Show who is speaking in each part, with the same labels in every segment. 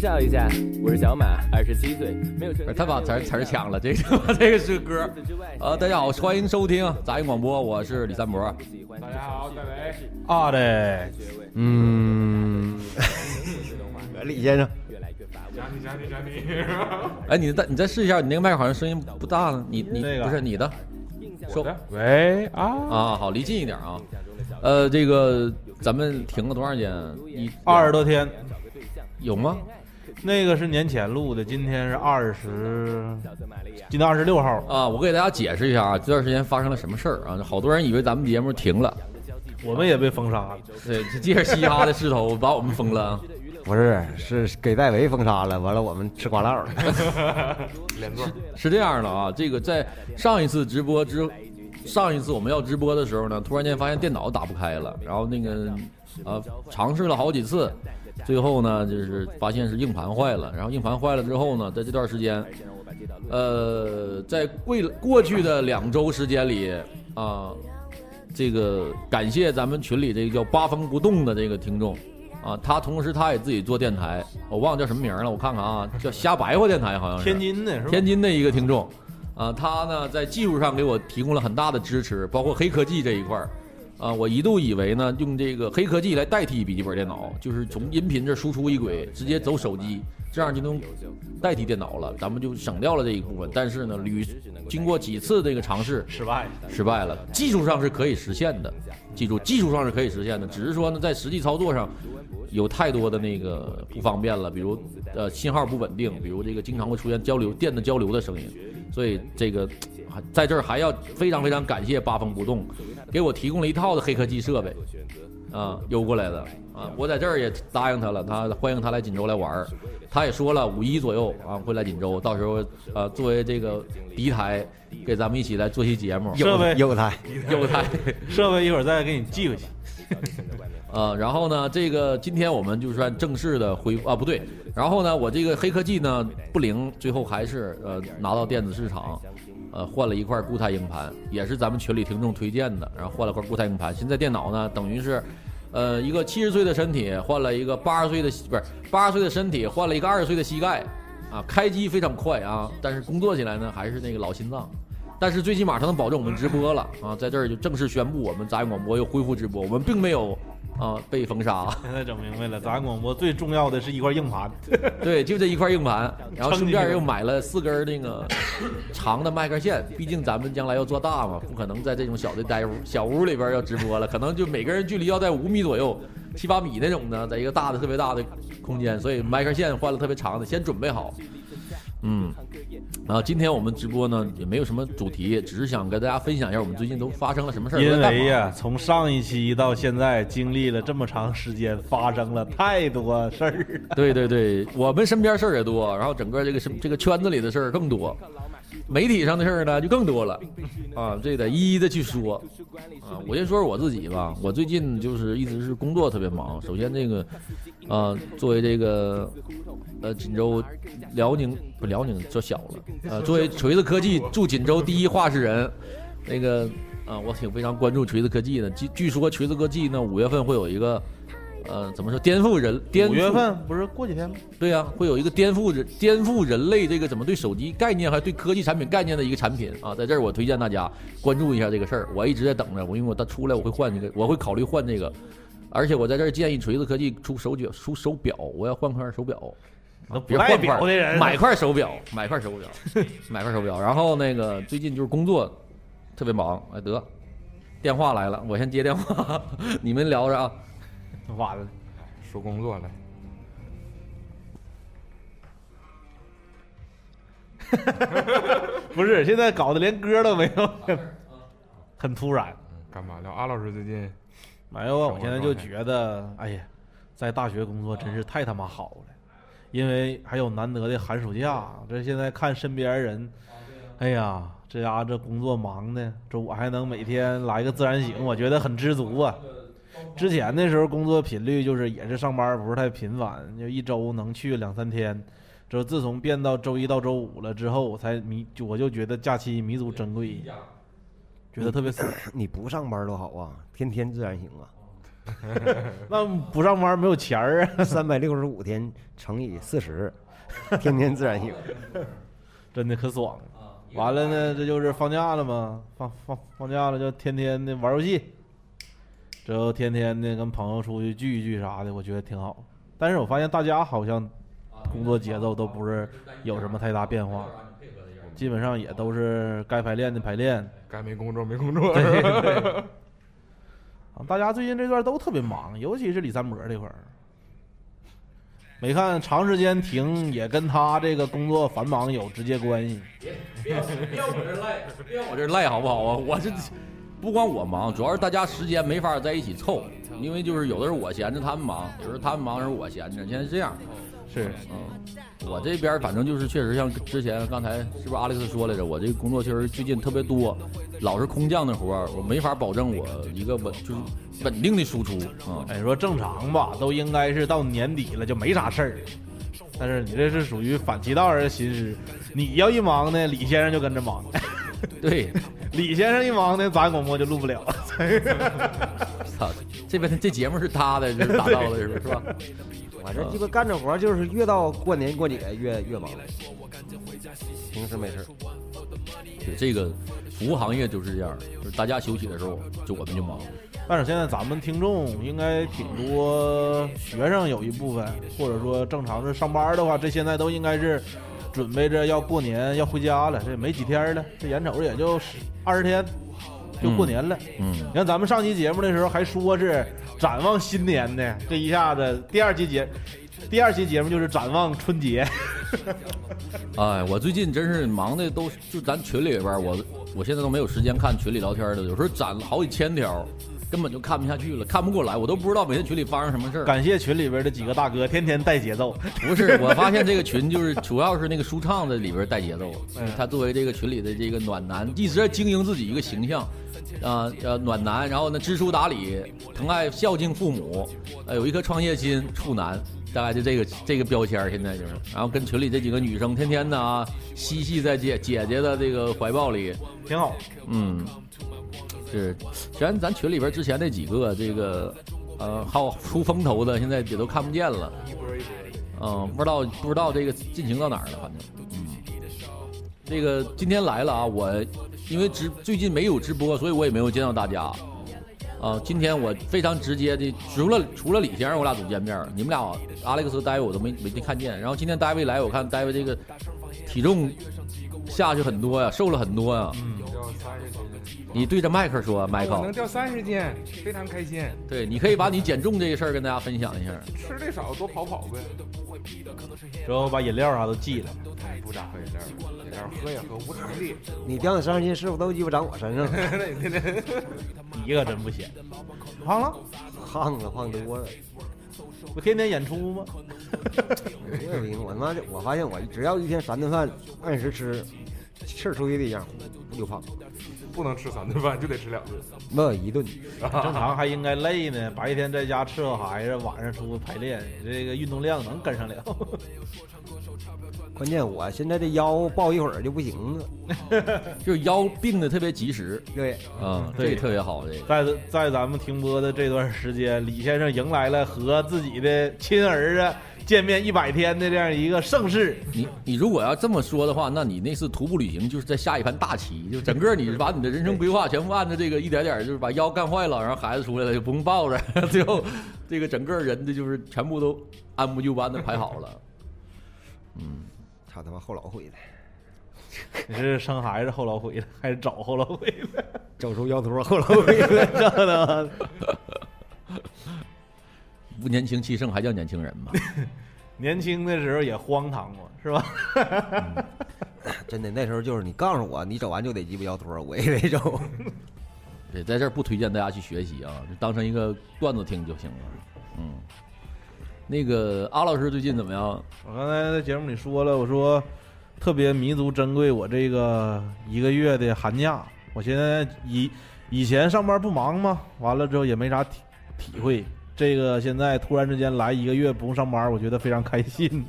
Speaker 1: 绍一下，我是小马，二十七岁，没有成家
Speaker 2: 他把词儿
Speaker 1: 没有对
Speaker 2: 词儿
Speaker 1: 象
Speaker 2: 抢了，这个 这个是歌
Speaker 1: 除。此之外
Speaker 2: 呃，大家好，欢迎收听杂音广播，我是李三博。。
Speaker 1: 大家好，戴维。
Speaker 3: 啊对，
Speaker 1: 学位
Speaker 2: 嗯，
Speaker 3: 李先生，
Speaker 1: 越来越乏味。
Speaker 2: 哎，你再你再试一下，你那个麦克好像声音不大呢。你你
Speaker 3: 那个
Speaker 2: 不是你的，
Speaker 1: 印象
Speaker 2: 说
Speaker 3: 喂啊，
Speaker 2: 啊，好，离近一点啊。呃，这个咱们停了多长时间？啊一
Speaker 3: 二十多天，
Speaker 1: 找个对象，
Speaker 2: 有吗？
Speaker 3: 那个是年前录的，今天是二十，
Speaker 1: 小泽玛利亚。
Speaker 3: 今天二十六号，
Speaker 2: 啊，我给大家解释一下啊，这段时间发生了什么事儿啊？好多人以为咱们节目停了，
Speaker 3: 我们也被封杀了。
Speaker 2: 对，借着嘻哈的势头把我们封了啊。
Speaker 4: 不是，是给戴维封杀了，完了我们吃瓜唠 了。
Speaker 2: 是这样的啊，这个在上一次直播之，上一次我们要直播的时候呢，突然间发现电脑打不开了，然后那个呃尝试了好几次，最后呢就是发现是硬盘坏了，然后硬盘坏了之后呢，在这段时间，呃，在未过去的两周时间里啊、这个感谢咱们群里这个叫八风不动的这个听众。啊，他同时他也自己做电台，我忘了叫什么名儿了，我看看啊，叫瞎白话电台好像是
Speaker 3: 天津的是吧？
Speaker 2: 天津的一个听众，啊，他呢在技术上给我提供了很大的支持，包括黑科技这一块儿，啊，我一度以为呢用这个黑科技来代替笔记本电脑，就是从音频这输出一轨直接走手机，这样就能代替电脑了，咱们就省掉了这一部分。但是呢，屡经过几次这个尝试，
Speaker 3: 失败，
Speaker 2: 失败了。技术上是可以实现的，记住，技术上是可以实现的，只是说呢，在实际操作上有太多的那个不方便了，比如呃信号不稳定，比如这个经常会出现交流电的交流的声音，所以这个还在这儿还要非常非常感谢八风不动，给我提供了一套的黑科技设备。啊，邮过来的啊，我在这儿也答应他了，他欢迎他来锦州来玩儿，他也说了五一左右啊会来锦州，到时候呃作为这个敌台，给咱们一起来做期节目，
Speaker 3: 设备
Speaker 4: 有他，
Speaker 2: 有 台
Speaker 3: 设备一会儿再给你寄回去。
Speaker 2: 啊，然后呢，这个今天我们就算正式的恢复啊，不对，然后呢，我这个黑科技呢不灵，最后还是呃拿到电子市场，呃换了一块固态硬盘，也是咱们群里听众推荐的，然后换了块固态硬盘。现在电脑呢，等于是，呃一个七十岁的身体换了一个八十岁的膝不是八十岁的身体换了一个二十岁的膝盖，啊，开机非常快啊，但是工作起来呢还是那个老心脏。但是最起码它能保证我们直播了啊，在这儿就正式宣布我们杂音广播又恢复直播，我们并没有啊被封杀，
Speaker 3: 现在整明白了，咱广播最重要的是一块硬 盘，
Speaker 2: 对，就这一块硬盘，然后顺便又买了四根那个长的麦克线，毕竟咱们将来要做大嘛，不可能在这种小的呆屋小屋里边要直播了，可能就每个人距离要在五米左右、七八米那种的，在一个大的特别大的空间，所以麦克线换了特别长的，先准备好。嗯，然后今天我们直播呢也没有什么主题，只是想跟大家分享一下我们最近都发生了什么事儿。都
Speaker 3: 因
Speaker 2: 在干
Speaker 3: 为
Speaker 2: 嘛
Speaker 3: 呀，从上一期到现在，经历了这么长时间，发生了太多事儿 了。
Speaker 2: 对对对，我们身边事儿也多，然后整个这个是这个圈子里的事儿更多，媒体上的事儿呢就更多了，啊，这得一一的去说，啊，我先说说我自己吧，我最近就是一直是工作特别忙，首先这个，啊，作为这个，呃，锦州、辽宁不辽宁说小了，呃，作为锤子科技驻锦州第一话事人，那个。啊，我挺非常关注锤子科技的。据据说锤子科技呢，五月份会有一个，呃，怎么说颠覆人颠覆
Speaker 3: 五月份不是过几天吗？
Speaker 2: 对呀、会有一个颠覆人颠覆人类这个怎么对手机概念还是对科技产品概念的一个产品啊，在这儿我推荐大家关注一下这个事儿。我一直在等着，我因为我到出来我会换这个，我会考虑换这个，而且我在这儿建议锤子科技出手表出手表，我要换块手表，
Speaker 3: 都不
Speaker 2: 啊别
Speaker 3: 代
Speaker 2: 换
Speaker 3: 表
Speaker 2: 块
Speaker 3: 的人，
Speaker 2: 买块手表，买块手 表，买块手表。然后那个最近就是工作特别忙，哎得电话来了，我先接电话，你们聊着啊。
Speaker 3: 完了。
Speaker 5: 说工作来，
Speaker 3: 不是，现在搞得连歌都没有， 很突然。
Speaker 5: 嗯干嘛聊？阿老师最近
Speaker 3: 没有啊，我现在就觉得，哎呀，在大学工作真是太他妈好了，因为还有难得的寒暑假。这现在看身边人，哎呀，这家这工作忙的，这我还能每天来个自然醒，我觉得很知足啊。之前的时候工作频率就是也是上班不是太频繁，就一周能去两三天。这自从变到周一到周五了之后，我才弥就我就觉得假期弥足珍贵，觉得特别爽。
Speaker 4: 嗯你不上班多好啊，天天自然醒啊。
Speaker 3: 那不上班没有钱儿啊，
Speaker 4: 三百六十五天乘以四十， 天天自然醒。
Speaker 3: 真的可爽了。完了呢，这就是放假了嘛，放放放假了就天天的玩游戏，之后天天的跟朋友出去聚一聚啥的，我觉得挺好。但是我发现大家好像工作节奏都不是
Speaker 2: 啊
Speaker 3: 有什么太大变化，基本上也都是该排练的排练。
Speaker 5: 该没工作没工作，
Speaker 3: 对对。啊大家最近这段都特别忙，尤其是李三伯这块儿。没看长时间停，也跟他这个工作繁忙有直接关系。
Speaker 2: 别往我这儿赖好不好啊？我这不光我忙，主要是大家时间没法在一起凑，因为就是有的时候我闲着他们忙，有时候他们忙有时候我闲着，现在是这样。
Speaker 3: 是，
Speaker 2: 嗯，我这边反正就是确实像之前刚才是不是阿丽克说来着？我这个工作确实最近特别多，老是空降的活儿，我没法保证我一个稳就是稳定的输出啊、
Speaker 3: 哎，说正常吧，都应该是到年底了就没啥事儿。但是你这是属于反其道而行之，你要一忙呢，李先生就跟着忙；
Speaker 2: 对，
Speaker 3: 李先生一忙呢，咱广播就录不了。
Speaker 2: 操，这边这节目是他的，这是打造的是吧？是吧？
Speaker 4: 我这鸡巴干着活儿就是越到过年过节越越忙，平时没事儿。
Speaker 2: 对，这个服务行业就是这样，就是大家休息的时候，就我们就忙。
Speaker 3: 但是现在咱们听众应该挺多，学生有一部分，或者说正常是上班的话，这现在都应该是准备着要过年要回家了，这没几天了，这眼瞅着也就十二十天就过年了。
Speaker 2: 嗯，
Speaker 3: 你看咱们上期节目的时候还说是展望新年呢，这一下子第二期节第二期节目就是展望春节，
Speaker 2: 哎，我最近真是忙的都就咱群里边儿，我我现在都没有时间看群里聊天的，有时候攒了好几千条，根本就看不下去了，看不过来，我都不知道每天群里发生什么事儿。
Speaker 3: 感谢群里边的几个大哥天天带节奏。
Speaker 2: 不是，我发现这个群就是主要是那个舒畅在里边带节奏，他作为这个群里的这个暖男，一直在经营自己一个形象。啊呃，暖男，然后呢，知书达理，疼爱孝敬父母，呃，有一颗创业心，处男，大概就这个这个标签儿现在就是，然后跟群里这几个女生天天的啊嬉戏在姐姐姐的这个怀抱里，
Speaker 3: 挺好，
Speaker 2: 嗯，是，虽然咱群里边之前那几个这个，呃，好出风头的，现在也都看不见了，嗯、不知道不知道这个进行到哪儿了，反正，嗯，这个今天来了啊，我因为直最近没有直播，所以我也没有见到大家。啊、今天我非常直接的，除了除了李先生，我俩总见面儿，你们俩阿历克斯、戴维我都没没看见。然后今天戴维来，我看戴维这个体重下去很多呀、瘦了很多呀、
Speaker 5: 掉三十斤，
Speaker 2: 你对着麦克说，麦
Speaker 5: 我能
Speaker 2: 克，
Speaker 5: 掉三十斤，非常开心。
Speaker 2: 对，你可以把你减重这个事儿跟大家分享一下。
Speaker 5: 吃的少，多跑跑呗。
Speaker 3: 之后把饮料啥都记了。
Speaker 5: 哎，不咋喝饮料，饮料喝也喝无糖 的。
Speaker 4: 你掉那三十斤，师傅都鸡巴长我身上 了，
Speaker 3: 你可真不闲，胖了？
Speaker 4: 胖了胖多了。
Speaker 3: 不天天演出吗？
Speaker 4: 我也不行，我他妈就我发现我只要一天三顿饭按时吃，气儿出去的一样，我就胖。
Speaker 5: 不能吃三顿饭，就得吃两顿。
Speaker 4: 那一顿
Speaker 3: 正常还应该累呢，白天在家伺候孩子，晚上出去排练，你这个运动量能跟上了？
Speaker 4: 关键我现在这腰抱一会儿就不行了。
Speaker 2: 就是腰病的特别及时，
Speaker 4: 对，
Speaker 2: 啊，这
Speaker 3: 对
Speaker 2: 个特别好，这个
Speaker 3: 在在咱们停播的这段时间，李先生迎来了和自己的亲儿子见面一百天的这样一个盛世。
Speaker 2: 你你如果要这么说的话，那你那次徒步旅行就是在下一盘大棋，就整个你把你的人生规划全部按照这个一点点，就是把腰干坏了，然后孩子出来了就不用抱着， 最后这个整个人的就是全部都按部就班的排好了。
Speaker 4: 操他妈后老悔了，
Speaker 3: 你是生孩子后老悔了，还是找后老悔 了？
Speaker 4: 找出腰托后老悔了。
Speaker 3: 真的，
Speaker 2: 不年轻气盛还叫年轻人吗？
Speaker 3: 年轻的时候也荒唐过，是吧？
Speaker 4: 真的，那时候就是你告诉我，你找完就得鸡巴腰托，我也得找。
Speaker 2: 对，在这儿不推荐大家去学习啊，就当成一个段子听就行了。嗯，那个阿老师最近怎么样？
Speaker 3: 我刚才在节目里说了，我说特别弥足珍贵我这个一个月的寒假。我现在以以前上班不忙嘛，完了之后也没啥体体会。这个现在突然之间来一个月不用上班，我觉得非常开心。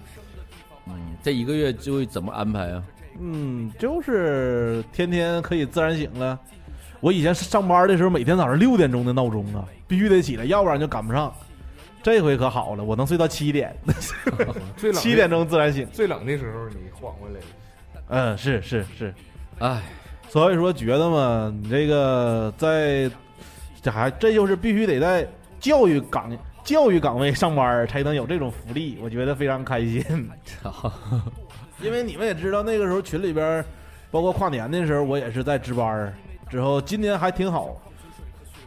Speaker 2: 嗯，这一个月就会怎么安排啊？
Speaker 3: 嗯，就是天天可以自然醒了。我以前上班的时候，每天早上六点钟的闹钟啊，必须得起来，要不然就赶不上。这回可好了，我能睡到七点，
Speaker 2: 嗯
Speaker 5: 最冷的
Speaker 3: 七点钟自然醒。
Speaker 5: 最冷的时候你缓过来了，
Speaker 3: 嗯，是是是，
Speaker 2: 哎，，
Speaker 3: 所以说觉得嘛，你这个在这还这就是必须得在教育岗教育岗位上班儿才能有这种福利，我觉得非常开心。因为你们也知道，那个时候群里边儿，包括跨年的时候，我也是在值班儿。之后今年还挺好，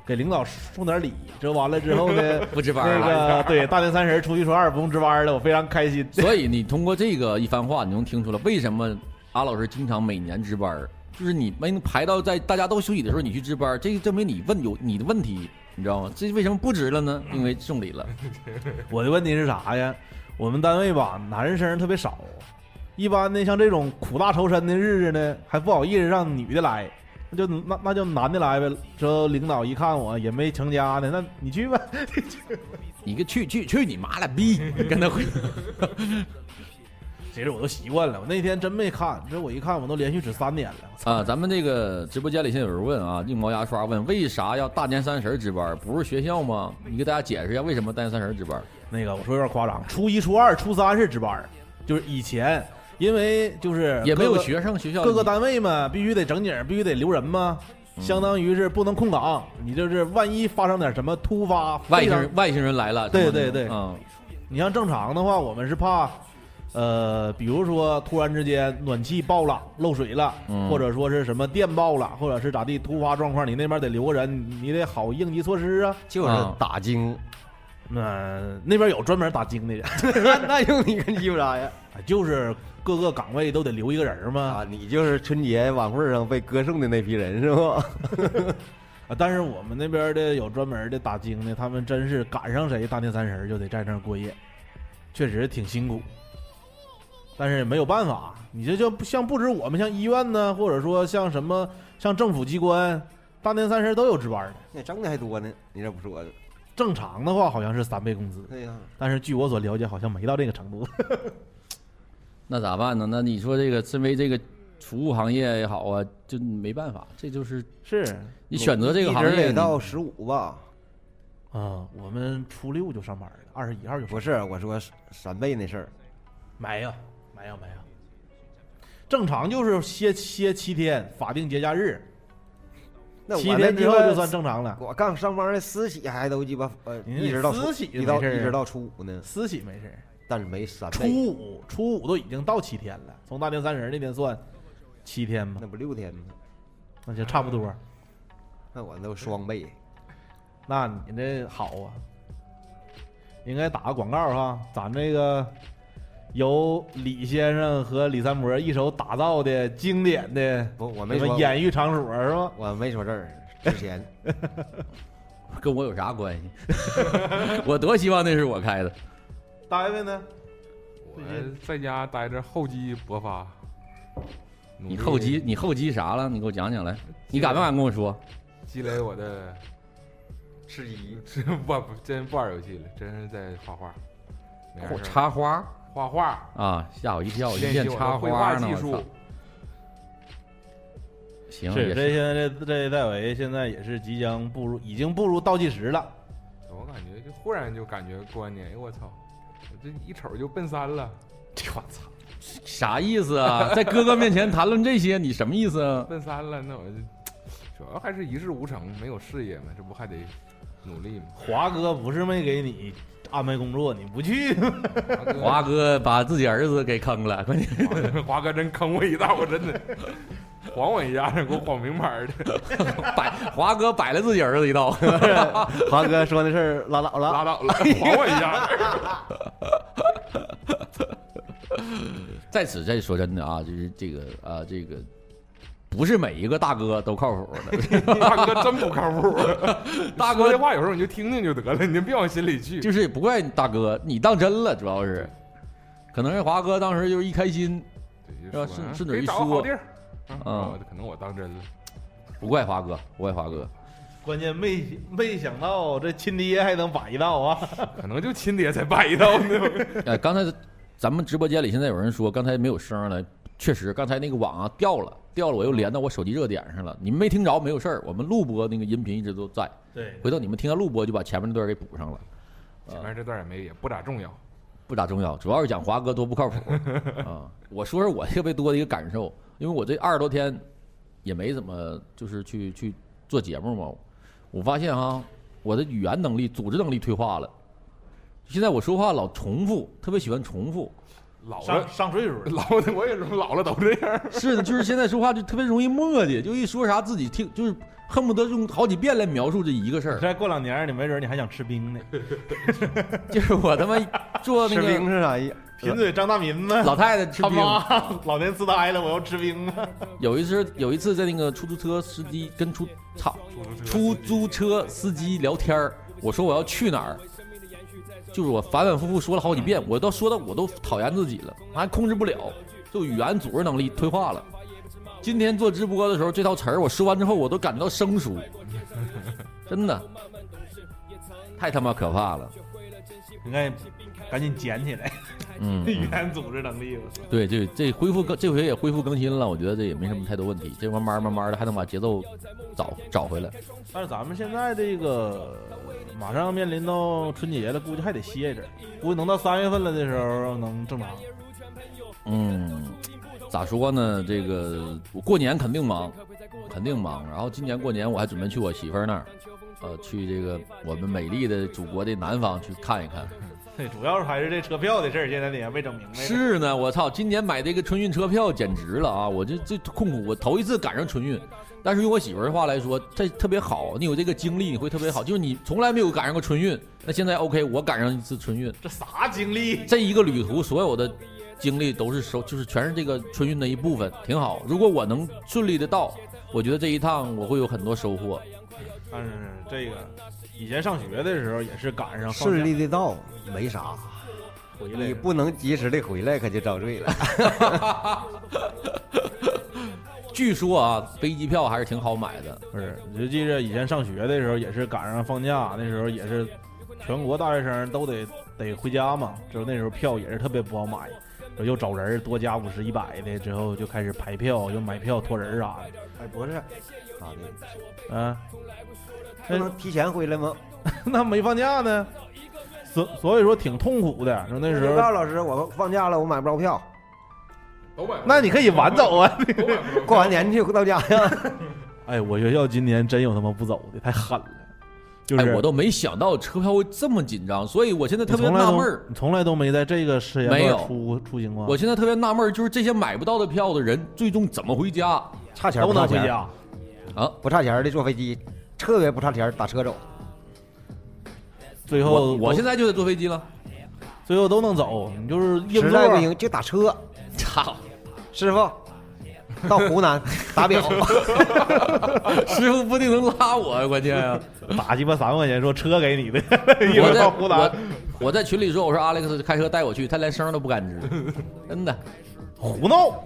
Speaker 3: 给领导送点礼。这完了之后呢
Speaker 2: 不值班儿了。
Speaker 3: 那个对大年三十、初一、初二不用值班儿了，我非常开心。
Speaker 2: 所以你通过这个一番话，你能听出来为什么阿老师经常每年值班儿，就是你们排到在大家都休息的时候你去值班儿，这证明你问有你的问题，你知道吗？这为什么不值了呢？因为送礼了。
Speaker 3: 我的问题是啥呀？我们单位吧，男生特别少，一般呢，像这种苦大仇深的日子呢，还不好意思让女的来，那就那那就男的来呗。之后领导一看我也没成家呢，那你去吧。
Speaker 2: 你个去去去你妈了逼！跟他回，
Speaker 3: 其实我都习惯了，我那天真没看，这我一看我都连续指三点了。
Speaker 2: 啊，咱们这个直播间里现在有人问啊，硬毛牙刷问为啥要大年三十儿值班儿？不是学校吗？你给大家解释一下为什么大年三十儿值班儿？
Speaker 3: 那个我说有点夸张，初一、初二、初三是值班儿，就是以前因为就是
Speaker 2: 也没有
Speaker 3: 呃各个
Speaker 2: 学生学校
Speaker 3: 各个单位嘛，必须得整景儿，必须得留人嘛，相当于是不能空岗。你就是万一发生点什么突发，
Speaker 2: 外
Speaker 3: 非
Speaker 2: 星
Speaker 3: 常
Speaker 2: 人外星人来了，
Speaker 3: 对对对
Speaker 2: 嗯，
Speaker 3: 你像正常的话，我们是怕，呃，比如说突然之间暖气爆了、漏水了，
Speaker 2: 嗯
Speaker 3: 或者说是什么电爆了，或者是咋地突发状况，你那边得留个人，你得好应急措施啊。
Speaker 4: 就是打精，
Speaker 3: 那、那边有专门打更的人，
Speaker 4: 那用你跟鸡巴啥呀？
Speaker 3: 就是各个岗位都得留一个人嘛。
Speaker 4: 啊，你就是春节晚会上被歌颂的那批人是吧？
Speaker 3: 啊，但是我们那边的有专门的打更的，他们真是赶上谁大年三十儿就得在那儿过夜，确实挺辛苦。但是没有办法，你这就不像不止我们，像医院呢，或者说像什么像政府机关，大年三十儿都有值班的。
Speaker 4: 那挣的还多呢，你这不说呢？
Speaker 3: 正常的话好像是三倍工资，
Speaker 4: 对呀，
Speaker 3: 但是据我所了解，好像没到这个程度。
Speaker 2: 那咋办呢？那你说这个，身为这个服务行业也好啊，就没办法，这就是
Speaker 3: 是
Speaker 2: 你选择这个行
Speaker 4: 一直
Speaker 2: 业
Speaker 4: 得。到十五吧？
Speaker 3: 啊、我们初六就上班了，二十一号就上班
Speaker 4: 不是，我说三倍那事儿，
Speaker 3: 没有，没有，没有。正常就是歇歇七天，法定节假日，
Speaker 4: 那
Speaker 3: 七
Speaker 4: 我那
Speaker 3: 天之后就算正
Speaker 4: 正。
Speaker 3: 常了。
Speaker 4: 我刚上班的私企还都鸡巴呃，
Speaker 3: 嗯
Speaker 4: 一直到初
Speaker 3: 私企就
Speaker 4: 一到
Speaker 3: 没事儿
Speaker 4: 一直到初五呢，
Speaker 3: 嗯私企没事儿，
Speaker 4: 但是没三
Speaker 3: 初
Speaker 4: 倍，
Speaker 3: 五初五都已经到七天了，从大年三十那天算，七天吧
Speaker 4: 那，不六天吗？
Speaker 3: 那就差不多。
Speaker 4: 那我都双倍，
Speaker 3: 那你这好啊，应该打个广告哈，咱这个由李先生和李三伯一手打造的经典的
Speaker 4: 不，我没
Speaker 3: 什么
Speaker 4: 说，
Speaker 3: 演艺场所是吧？
Speaker 4: 我没说这儿，之前
Speaker 2: 跟我有啥关系？ 我多希望那是我开的。
Speaker 3: 大卫呢？
Speaker 5: 我在家待着厚积薄发。努力
Speaker 2: 你后期你后期啥了？你给我讲讲来。你敢不敢跟我说？
Speaker 5: 积累我的，
Speaker 4: 吃鸡，
Speaker 5: 这不不真不玩游戏了，真是在画画。没啥
Speaker 2: 我
Speaker 5: 事儿
Speaker 2: 插花
Speaker 5: 画画，
Speaker 2: 啊！吓我一跳！一
Speaker 5: 练
Speaker 2: 见
Speaker 5: 习我
Speaker 2: 插
Speaker 5: 的绘画
Speaker 2: 花呢，
Speaker 5: 技
Speaker 2: 我
Speaker 5: 术
Speaker 2: 操！。行，
Speaker 3: 是，
Speaker 2: 嗯也
Speaker 3: 这
Speaker 2: 是
Speaker 3: 现在这这戴维现在也是即将步入，已经步入倒计时了。
Speaker 5: 我感觉就忽然就感觉过完年，哎呦我操，我这一瞅就奔 三了，
Speaker 3: 我操！
Speaker 2: 啥意思啊？ 在哥哥面前谈论这些，你什么意思 啊？
Speaker 5: 奔三了，那我就主要还是一事无成，没有事业嘛，这不还得努力吗？
Speaker 3: 华哥不是没给你安排工作，你不去
Speaker 2: 华哥把自己儿子给坑了，关键
Speaker 5: 哥， 华哥真坑我一道，我真的晃我一下，给我晃明白儿的，
Speaker 2: 摆华哥摆了自己儿子一道。
Speaker 4: 华哥说那事儿拉
Speaker 2: 啊
Speaker 4: 倒了，
Speaker 5: 拉倒了，晃我一下。
Speaker 2: 在此再说真的啊，就是这个啊，这个不是每一个大哥都靠谱的，
Speaker 5: 大哥真不靠谱，
Speaker 2: 大
Speaker 5: 说的
Speaker 2: 哥
Speaker 5: 话有时候你就听听就得了，你就别往心里去。
Speaker 2: 就是也不怪你大哥，你当真了，主要是，可能是华哥当时就是一开心，
Speaker 5: 对
Speaker 2: 是吧
Speaker 5: 就说
Speaker 2: 顺
Speaker 5: 啊
Speaker 2: 顺嘴一
Speaker 5: 给找个
Speaker 2: 说
Speaker 5: 好地儿，
Speaker 2: 嗯
Speaker 5: 啊，我可能我当真了。
Speaker 2: 不怪华哥，不怪华哥，
Speaker 3: 关键没没想到这亲爹还能摆一道啊！
Speaker 5: 可能就亲爹才摆一道呢。
Speaker 2: 呃哎，刚才咱们直播间里现在有人说刚才没有声儿了，确实，刚才那个网啊掉了，掉了，我又连到我手机热点上了。你们没听着没有事儿，我们录播那个音频一直都在。
Speaker 3: 对，
Speaker 2: 回头你们听到录播就把前面那段给补上了，
Speaker 5: 前面这段也没也不咋重要，
Speaker 2: 不咋重要，主要是讲华哥多不靠谱啊。我说说我特别多的一个感受，因为我这二十多天也没怎么就是去去做节目嘛，我发现哈，我的语言能力、组织能力退化了。现在我说话老重复，特别喜欢重复。
Speaker 5: 老
Speaker 3: 上
Speaker 5: 了
Speaker 3: 上岁数了，
Speaker 5: 老的我也老了都这样。
Speaker 2: 是的，就是现在说话就特别容易磨叽，就一说啥自己听，就是恨不得用好几遍来描述这一个事儿。
Speaker 3: 再过两年你没准你还想吃冰 呢，
Speaker 2: 就是我他妈做那
Speaker 4: 吃冰
Speaker 2: 个
Speaker 4: 是啥意？
Speaker 3: 贫嘴张大民吗？
Speaker 2: 老太太吃
Speaker 3: 他
Speaker 2: 冰，
Speaker 3: 妈， 老年痴呆了，我要吃冰啊！
Speaker 2: 有一次有一次在那个出租车司机跟出操出租车司机聊天儿，我说我要去哪儿，就是我反反复复说了好几遍，我到说到我都讨厌自己了，还控制不了，就语言组织能力退化了。今天做直播的时候，这套词儿我说完之后，我都感到生 疏，真的，太他妈可怕了。
Speaker 3: 应该赶紧捡起来，
Speaker 2: 嗯，
Speaker 3: 语言组织能力，我操！
Speaker 2: 对，这这恢复更这回也恢复更新了，我觉得这也没什么太多问题，这慢慢慢慢的还能把节奏找找回来。
Speaker 3: 但是咱们现在这个马上面临到春节了，估计还得歇一阵儿，估计能到三月份了的时候能正常。
Speaker 2: 嗯，咋说呢？这个我过年肯定忙，肯定忙。然后今年过年我还准备去我媳妇儿那儿，呃，去这个我们美丽的祖国的南方去看一看。
Speaker 3: 对，主要是还是这车票的事儿，现在你还没整明白。，
Speaker 2: 是呢，我操，今年买这个春运车票简直了啊！我这这痛苦，我头一次赶上春运，但是用我媳妇儿的话来说，这特别好。你有这个经历，你会特别好，就是你从来没有赶上过春运，那现在 OK，我赶上一次春运，
Speaker 3: 这啥经历？啊
Speaker 2: 这一个旅途所有的经历都是收，就是全是这个春运的一部分，挺好。如果我能顺利的到，我觉得这一趟我会有很多收获。
Speaker 3: 但是这个以前上学的时候也是赶上放假
Speaker 4: 呃顺利的到没啥，
Speaker 3: 回来
Speaker 4: 你
Speaker 3: 了，
Speaker 4: 不能及时的回来，可就遭罪 了。
Speaker 2: 据说啊，飞机票还是挺好买的。
Speaker 3: 不是？你就记着以前上学的时候也是赶上放假，那时候也是全国大学生都得得回家嘛，之后那时候票也是特别不好买。又找人儿多加五十一百的，之后就开始排票，又买票托人儿啥的
Speaker 4: 哎，不是，咋的？，
Speaker 3: 啊，哎
Speaker 4: 不
Speaker 2: 嗯
Speaker 4: 能提前回来吗？
Speaker 3: 那没放假呢，所所以说挺痛苦的。然后那时
Speaker 4: 知道
Speaker 3: 候，
Speaker 4: 老师，我放假了，我买不着票，
Speaker 5: 都买不着
Speaker 3: 那你可以晚走啊。
Speaker 5: 都买不着
Speaker 4: 过完年去到家呀。
Speaker 3: 哎，我学校今年真有他妈不走的，太狠了，就
Speaker 2: 哎
Speaker 3: 是、，
Speaker 2: 我都没想到车票会这么紧张，所以我现在特别纳闷儿。
Speaker 3: 你从来都嗯没在这个时间
Speaker 2: 没有
Speaker 3: 段出出情况，
Speaker 2: 我现在特别纳闷儿，就是这些买不到的票的人，最终怎么回家
Speaker 4: 差钱
Speaker 3: 都
Speaker 4: 不
Speaker 3: 能
Speaker 4: 差
Speaker 3: 回
Speaker 4: 钱，
Speaker 3: 家。
Speaker 2: 啊？
Speaker 4: 不差钱的坐飞机，特别不差钱打车走。
Speaker 3: 最后
Speaker 2: 我我现
Speaker 3: 在
Speaker 2: 在就得坐飞机了。
Speaker 3: 最后都能走，你就是硬
Speaker 4: 实
Speaker 3: 座
Speaker 4: 在不行就打车。
Speaker 2: 操，
Speaker 4: 师傅，到湖南 打 表，
Speaker 2: 师傅不一定能拉我，关键 啊！
Speaker 3: 打鸡巴三万块钱说车给你的， 一会
Speaker 2: 我
Speaker 3: 儿
Speaker 2: 在
Speaker 3: 到湖南
Speaker 2: 我，我在群里说，我说 Alex 开车带我去，他连声儿都不敢吱，真的。
Speaker 3: 胡闹。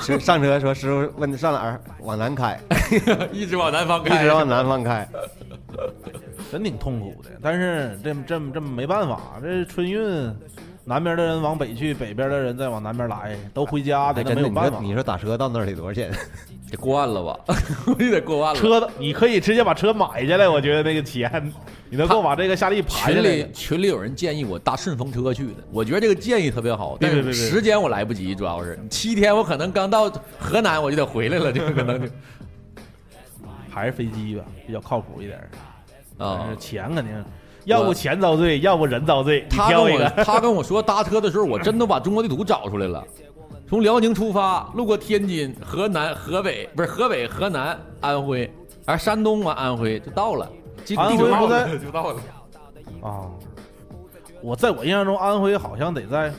Speaker 4: 师上车说师傅问上哪儿，往南开，
Speaker 2: 一直往南方
Speaker 4: 一直往南方开。
Speaker 3: 真挺痛苦的。但是这这这没办法，这春运，南边的人往北去，北边的人再往南边来，都回家的，
Speaker 4: 哎
Speaker 3: 那没
Speaker 4: 真的，
Speaker 3: 有
Speaker 4: 你
Speaker 3: 办
Speaker 4: 说
Speaker 3: 法。
Speaker 4: 你说打车到那儿得多少钱？
Speaker 2: 得过万了吧？ 我也得过万了。
Speaker 3: 车的你可以直接把车买下来，我觉得那个钱，你能够把这个夏利盘下
Speaker 2: 群
Speaker 3: 来
Speaker 2: 里。群里有人建议我搭顺风车去的，我觉得这个建议特别好，但
Speaker 3: 别别
Speaker 2: 是
Speaker 3: 别别
Speaker 2: 时间我来不及，主要是七天我可能刚到河南我就得回来了，这个可 能就
Speaker 3: 还是飞机吧，比较靠谱一点。
Speaker 2: 啊
Speaker 3: 但是。钱肯定，要不钱遭罪，要不人遭罪，你
Speaker 2: 他跟
Speaker 3: 挑一
Speaker 2: 我
Speaker 3: 个。
Speaker 2: 他跟我说搭车的时候，我真的把中国地图找出来了。从辽宁出发，路过天津、河南、河北，不是河北、河南、安徽，而山东完安徽就到了。地
Speaker 3: 安
Speaker 2: 地
Speaker 3: 徽
Speaker 2: 图
Speaker 3: 不
Speaker 5: 到
Speaker 3: 在
Speaker 5: 了就到了，
Speaker 3: 啊，我在我印象中，安徽好像得在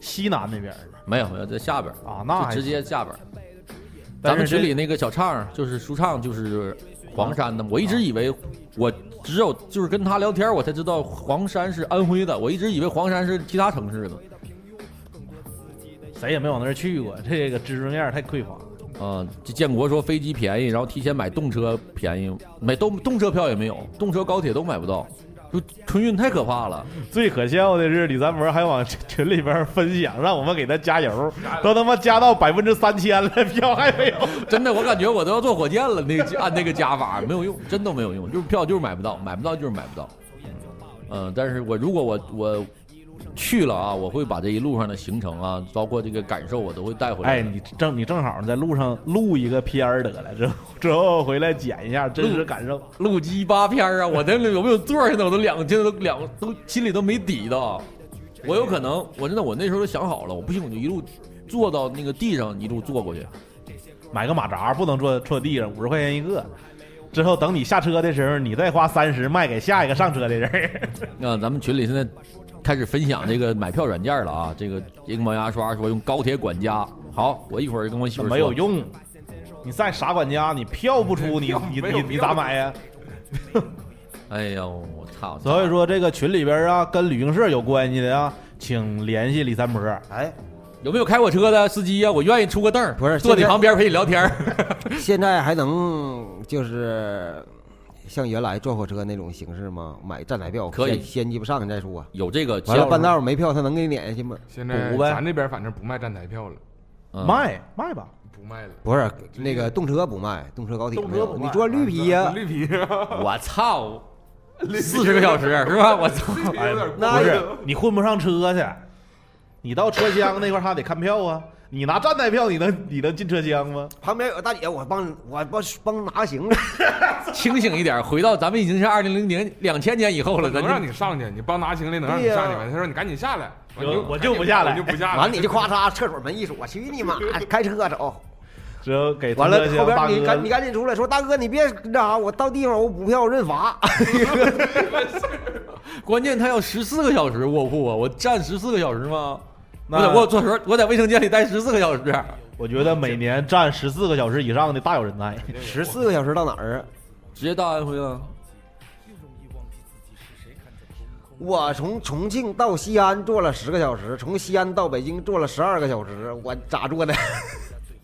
Speaker 3: 西南那边
Speaker 2: 没有没有在下边儿，
Speaker 3: 啊，那还
Speaker 2: 就直接下边儿。
Speaker 3: 但
Speaker 2: 咱
Speaker 3: 是
Speaker 2: 们群
Speaker 3: 这
Speaker 2: 里那个小畅就是舒畅，就是黄山的。我
Speaker 3: 啊
Speaker 2: 一直以为我只有就是跟他聊天，我才知道黄山是安徽的。我一直以为黄山是其他城市的。
Speaker 3: 谁也没往那儿去过，这个知识面太匮乏。
Speaker 2: 嗯，这建国说飞机便宜，然后提前买动车便宜，买动动车票也没有，动车高铁都买不到。就春运太可怕了。
Speaker 3: 最可笑的是，李三博还往群里边分享，让我们给他加油，都他妈加到百分之三千了， 票还没有。
Speaker 2: 真的，我感觉我都要坐火箭了。那个 按那个加法没有用，真的没有用，就是票就是买不到，买不到就是买不到。嗯、呃但是我如果我我去了啊，我会把这一路上的行程啊，包括这个感受，我都会带回来。
Speaker 3: 哎，你正你正好在路上录一个片儿得了，之后之后回来剪一下真实感受。
Speaker 2: 录鸡巴片儿啊！我那里有没有座儿？现在我都两，现在都两都心里都没底
Speaker 3: 哎
Speaker 2: 的。我有可能，我真的我那时候都想好了，我不行我就一路坐到那个地上，一路坐过去。
Speaker 3: 买个马扎不能坐坐地上，五十块钱一个。之后等你下车的时候，你再花三十卖给下一个上车的人。
Speaker 2: 那、咱们群里现在开始分享这个买票软件了啊！这个一个磨牙刷说用高铁管家，好，我一会儿跟我媳
Speaker 3: 那
Speaker 2: 妇儿
Speaker 3: 没有
Speaker 2: 说
Speaker 3: 用，你再傻管家，你票不出，你你
Speaker 5: 没有
Speaker 3: 你你咋买呀？
Speaker 2: 哎呦，我操！
Speaker 3: 所以说这个群里边啊，跟旅行社有关系的啊，请联系李三博。
Speaker 4: 哎，
Speaker 2: 有没有开我车的司机呀、我愿意出个凳儿，
Speaker 4: 不是
Speaker 2: 坐你
Speaker 4: 现在
Speaker 2: 旁边陪你聊天儿。
Speaker 4: 现在还能就是像原来坐火车那种形式吗？买站台票
Speaker 2: 可以
Speaker 4: 先先鸡巴上去再说。
Speaker 2: 有这个
Speaker 4: 完了
Speaker 2: 效
Speaker 4: 半道没票，他能给你撵下去吗？
Speaker 5: 现在
Speaker 3: 补呗
Speaker 5: 咱这边反正不卖站台票了，
Speaker 2: 嗯
Speaker 3: 卖卖吧，
Speaker 5: 不卖了。
Speaker 4: 不是，那个动车不卖，动车高铁
Speaker 3: 动车
Speaker 4: 没有
Speaker 3: 不卖
Speaker 4: 你坐绿皮呀、
Speaker 5: 绿皮啊，
Speaker 2: 我操，四十个小时是吧？我操！
Speaker 5: 绿皮有点
Speaker 4: 那
Speaker 3: 哎不
Speaker 5: 贵
Speaker 3: 是
Speaker 5: 了
Speaker 3: 你混不上车去，你到车厢那块儿还得看票啊。你拿站台票，你能你能进车厢吗？
Speaker 4: 旁边有个大姐，我帮我帮帮拿行李。
Speaker 2: 清醒一点，回到咱们已经是二零零零两千年以后了，咱
Speaker 5: 能
Speaker 2: 就
Speaker 5: 让你上去，你帮拿行李能让你
Speaker 4: 对呀
Speaker 5: 上去吗？他说你赶紧下来，完
Speaker 3: 我
Speaker 5: 你
Speaker 3: 我就不下来
Speaker 5: 我就不下来。
Speaker 4: 完你就咔嚓，厕所门一锁，去你妈！开车走。
Speaker 3: 只有给停
Speaker 4: 完了
Speaker 3: 车
Speaker 4: 后
Speaker 3: 厢大
Speaker 4: 边你
Speaker 3: 哥
Speaker 4: 赶你赶紧出来，说大哥你别那啥，我到地方我补票我认罚。
Speaker 2: 关键他要十四个小时卧铺啊，我站十四个小时吗？
Speaker 3: 那
Speaker 2: 我在我坐时候，我在卫生间里待十四个小时，
Speaker 3: 我觉得每年站十四个小时以上的大有人在。
Speaker 4: 十四个小时到哪儿啊？
Speaker 2: 直接到安徽了。
Speaker 4: 我从重庆到西安坐了十个小时，从西安到北京坐了十二个小时，我咋坐的？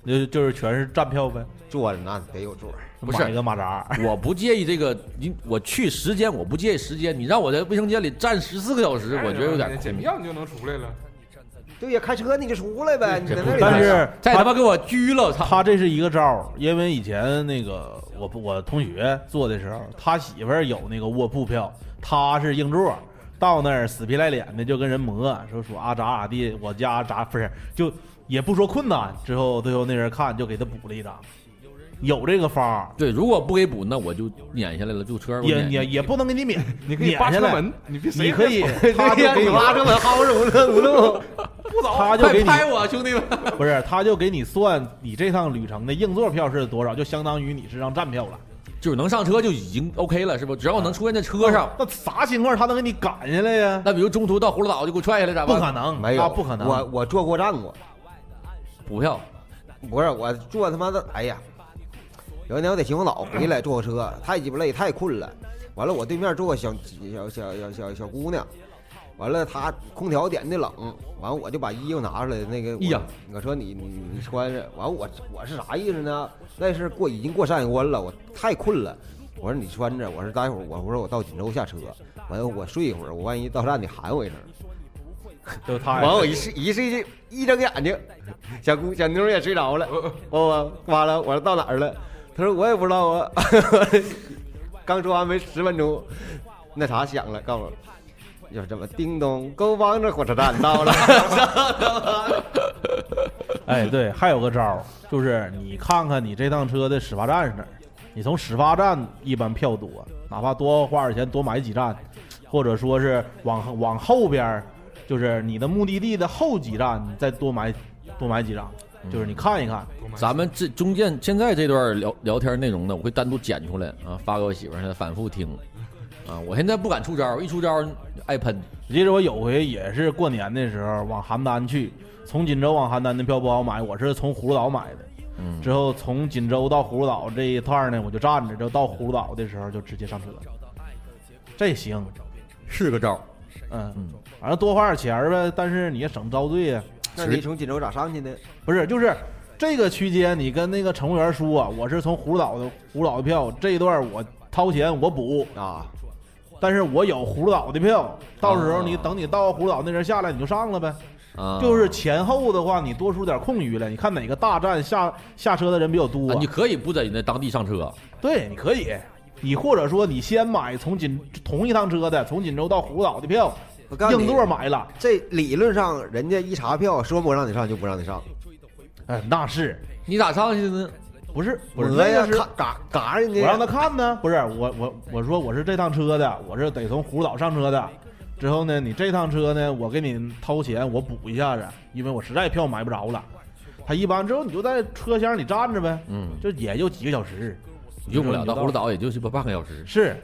Speaker 3: 就就是全是站票呗，
Speaker 4: 坐着那得有座儿。
Speaker 2: 不是
Speaker 3: 买个马扎。
Speaker 2: 我不介意这个，你我去时间，我不介意时间。你让我在卫生间里站十四个小时，我觉得有
Speaker 3: 哎
Speaker 2: 点
Speaker 5: 检
Speaker 2: 空。
Speaker 5: 票你就能出来了。
Speaker 4: 对呀，开车你就出来呗，你在那里。
Speaker 3: 但是
Speaker 2: 再
Speaker 3: 他
Speaker 2: 他妈给我拘了，操！
Speaker 3: 他这是一个招儿，因为以前那个我我同学做的时候，他媳妇儿有那个卧铺票，他是硬座，到那儿死皮赖脸的就跟人磨，说说啊咋咋地，我家咋不是，就也不说困难，之后最后那人看就给他补了一张，有这个方儿，
Speaker 2: 对，如果不给补，那我就撵下来了，就车我
Speaker 3: 也
Speaker 2: 撵
Speaker 3: 也也不能给你免，
Speaker 5: 你可以
Speaker 3: 免
Speaker 5: 扒
Speaker 3: 下
Speaker 5: 车
Speaker 3: 来
Speaker 5: 门，你别谁
Speaker 3: 你可以，他就
Speaker 4: 对呀
Speaker 3: 给
Speaker 4: 你
Speaker 3: 你
Speaker 4: 拉着门薅着无路无路。
Speaker 3: 他就
Speaker 2: 快
Speaker 3: 给你
Speaker 2: 拍我，兄弟们！
Speaker 3: 不是，他就给你算你这趟旅程的硬座票是多少，就相当于你是张站票了。
Speaker 2: 就是能上车就已经 OK 了，是不？只要我能出现在车上，
Speaker 3: 那啥情况他能给你赶下来呀？
Speaker 2: 那比如中途到葫芦岛就给我踹下来咋
Speaker 3: 不
Speaker 2: 办？
Speaker 3: 可能，
Speaker 4: 没
Speaker 3: 他
Speaker 4: 有，
Speaker 3: 不可能。
Speaker 4: 我我坐过站过，
Speaker 2: 补票，
Speaker 4: 不是我坐他妈的，哎呀，有一年我在秦皇岛回来坐火车，太鸡巴累，太困了。完了，我对面坐个小小小小小小姑娘，完了她空调点的冷，完了我就把衣服拿出来，那个我
Speaker 2: 哎呀
Speaker 4: 我说你你你穿着，完了我我是啥意思呢？那是过已经过山关了，我太困了。我说你穿着，我说待会儿我我说我到锦州下车，完了我睡一会儿，我万一到站你喊我一声。
Speaker 3: 就他
Speaker 4: 完，我一睡一睡一一睁眼睛，小姑小妞儿也睡着了。我我完了，我说到哪儿了？她说我也不知道啊。 刚说完没十分钟，那啥响了，告诉我，有什么叮咚，沟帮子火车站到了。
Speaker 3: 哎，对，还有个招儿，就是你看看你这趟车的始发站是哪儿，你从始发站一般票多，哪怕多花点钱多买几站，或者说是往往后边儿，就是你的目的地的后几站，你再多买多买几张，就是你看一看。
Speaker 2: 咱们这中间现在这段聊聊天内容呢，我会单独剪出来啊，发给我媳妇儿，让她反复听。啊，我现在不敢出招，一出招挨喷。
Speaker 3: 我记得我有回也是过年的时候往邯郸去，从锦州往邯郸的票不好买，我是从葫芦岛买的。
Speaker 2: 嗯
Speaker 3: 之后从锦州到葫芦岛这一趟呢，我就站着，就到葫芦岛的时候就直接上车，这也行，
Speaker 2: 是个招，
Speaker 3: 嗯，反正多花点钱儿呗，但是你也省遭罪呀。
Speaker 4: 那你从锦州咋上去呢？
Speaker 3: 不是，就是这个区间，你跟那个乘务员啊说、我是从葫芦岛的葫芦岛的票，这一段我掏钱我补，
Speaker 4: 啊，
Speaker 3: 但是我有葫芦岛的票，到时候你等你到葫芦岛那人下来，你就上了呗。
Speaker 2: 啊，
Speaker 3: 就是前后的话，你多出点空余来，你看哪个大站下下车的人比较多、
Speaker 2: 啊你可以不在那当地上车，
Speaker 3: 对，你可以，你或者说你先买从锦同一趟车的从锦州到葫芦岛的票，
Speaker 4: 我告诉你
Speaker 3: 硬座买了，
Speaker 4: 这理论上人家一查票说不让你上就不让你上，
Speaker 3: 哎，那是
Speaker 2: 你咋上去呢？
Speaker 3: 不是不
Speaker 4: 我
Speaker 3: 是
Speaker 4: 呀
Speaker 3: 那个是
Speaker 4: 咔嘎嘎人
Speaker 3: 我
Speaker 4: 家，
Speaker 3: 让他看呢？不是我我我说我是这趟车的，我是得从葫芦岛上车的。之后呢，你这趟车呢，我给你掏钱，我补一下子，因为我实在票买不着了。他一般之后你就在车厢里站着呗，
Speaker 2: 嗯，
Speaker 3: 就也就几个小时，
Speaker 2: 用不了到葫芦
Speaker 3: 岛
Speaker 2: 岛也就是半个小时，
Speaker 3: 是，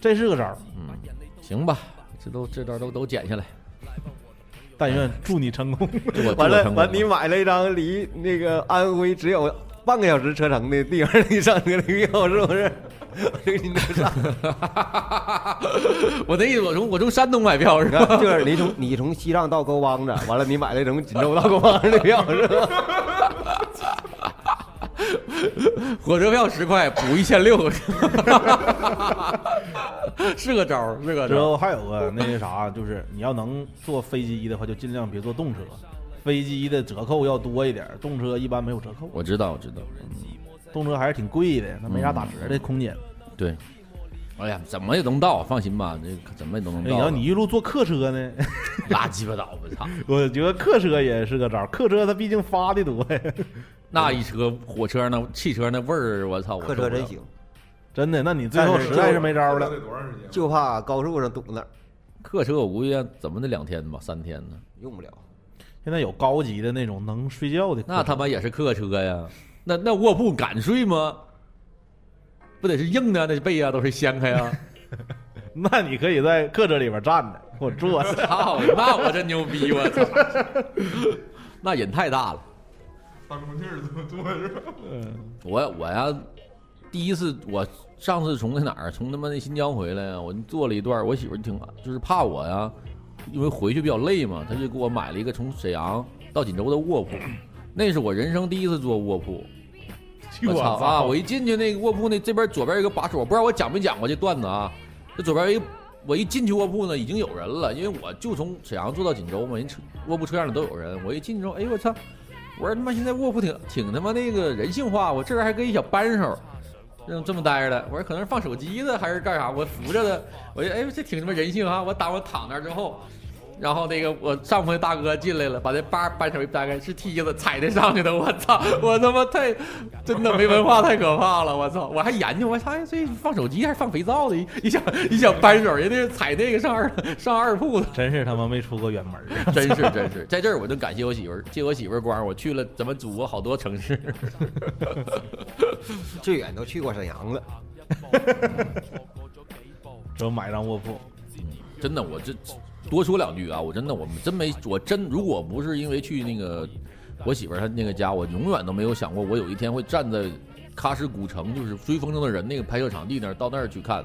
Speaker 3: 这是个招儿。
Speaker 2: 嗯，行吧，这都这段都都剪下来，
Speaker 3: 但愿祝你成 功。
Speaker 2: 祝我祝
Speaker 4: 完
Speaker 2: 我
Speaker 4: 了
Speaker 2: 成功
Speaker 4: 完你
Speaker 2: 吧
Speaker 4: 买了一张离那个安徽只有半个小时车程的地方，你上车那个票是不是？我就给你弄上，
Speaker 2: 我那意思，我从我从山东买票是
Speaker 4: 你
Speaker 2: 吧？
Speaker 4: 看就是你从你从西藏到沟帮 子，完了你买了从锦州到沟帮子的票是吧？
Speaker 2: 火车票十块，补一千六，是个招儿，是个
Speaker 3: 之
Speaker 2: 招
Speaker 4: 哦
Speaker 2: 儿。
Speaker 3: 后还有个那个啥，就是你要能坐飞机的话，就尽量别坐动车，飞机的折扣要多一点，动车一般没有折扣，
Speaker 2: 我知道，我知道，
Speaker 3: 动车还是挺贵的，那没啥打折的空间。
Speaker 2: 对。哎呀，怎么也能到，放心吧，这怎么也都能
Speaker 3: 哎
Speaker 2: 到。
Speaker 3: 你要你一路坐客车呢，
Speaker 2: 拉鸡巴倒吧，操！
Speaker 3: 我觉得客车也是个招儿，客车它毕竟发的多呀，
Speaker 2: 那一车火车那汽车那味儿，我操！我
Speaker 4: 客
Speaker 2: 受
Speaker 4: 车
Speaker 2: 不了
Speaker 4: 真行，
Speaker 3: 真的。那你最后
Speaker 4: 但是
Speaker 3: 实在是没招
Speaker 5: 了
Speaker 3: 了，
Speaker 5: 得多长时间？
Speaker 4: 就怕高速上堵那儿，
Speaker 2: 客车我估计怎么得两天吧，三天呢？
Speaker 4: 用不了。
Speaker 3: 现在有高级的那种能睡觉的客车，
Speaker 2: 那他妈也是客车呀？那那卧铺敢睡吗？不得是硬的，那被呀、都是掀开啊呀、
Speaker 3: 那你可以在客车里边站着，我坐着。
Speaker 2: 操！那我真牛逼，我操！那瘾太大了。
Speaker 5: 当空气儿坐坐是吧？
Speaker 2: 我我呀，第一次我上次从那哪儿，从他妈那新疆回来呀，我坐了一段儿，我媳妇儿挺就是怕我呀，因为回去比较累嘛，她就给我买了一个从沈阳到锦州的卧铺，那是我人生第一次坐卧铺。 我操啊！我一进去那个卧铺那这边左边有个把手，我不知道我讲没讲过这段子啊。这左边一我一进去卧铺呢，已经有人了，因为我就从沈阳坐到锦州嘛，人车卧铺车厢里都有人。我一进去之后，哎呦我操！我说他妈现在卧铺挺挺他妈那个人性化，我这边还跟一小扳手，这么这么待着的。我说可能是放手机的还是干啥，我扶着的。我觉得哎这挺他妈人性哈、我打我躺那儿之后。然后那个我上铺那大哥进来了，把那叭扳手一掰开，是梯子踩着上去的。我操！我他妈太真的没文化，太可怕了！我操！我还研究，我操，哎这放手机还是放肥皂的？一一想一想扳手，人家踩那个上二上二铺的，
Speaker 3: 真是他妈没出过远门儿啊！
Speaker 2: 真是真是。在这儿我就感谢我媳妇儿，借我媳妇儿光，我去了咱们祖国好多城市。
Speaker 4: 最远都去过沈阳了，
Speaker 3: 之后买张卧铺，
Speaker 2: 真的，我这多说两句啊，我真的我们真没，我真如果不是因为去那个我媳妇儿她那个家，我永远都没有想过我有一天会站在喀什古城，就是《追风筝的人》那个拍摄场地那儿，到那儿去看。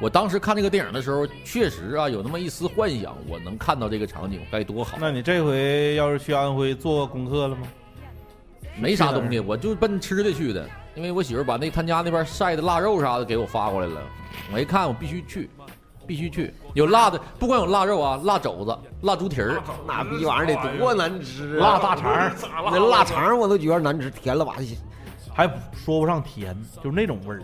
Speaker 2: 我当时看这个电影的时候，确实啊，有那么一丝幻想，我能看到这个场景该多好。
Speaker 3: 那你这回要是去安徽做功课了吗？
Speaker 2: 没啥东西，我就奔吃的去的，因为我媳妇儿把那他家那边晒的腊肉啥的给我发过来了，我一看我必须去，必须去，有辣的，不光有腊肉啊，腊肘子、腊猪蹄儿，
Speaker 4: 那逼玩意儿得多难吃啊！
Speaker 3: 辣大肠儿
Speaker 4: 那腊肠我都觉得难吃，甜了吧唧。
Speaker 3: 还说不上甜，就是那种味儿。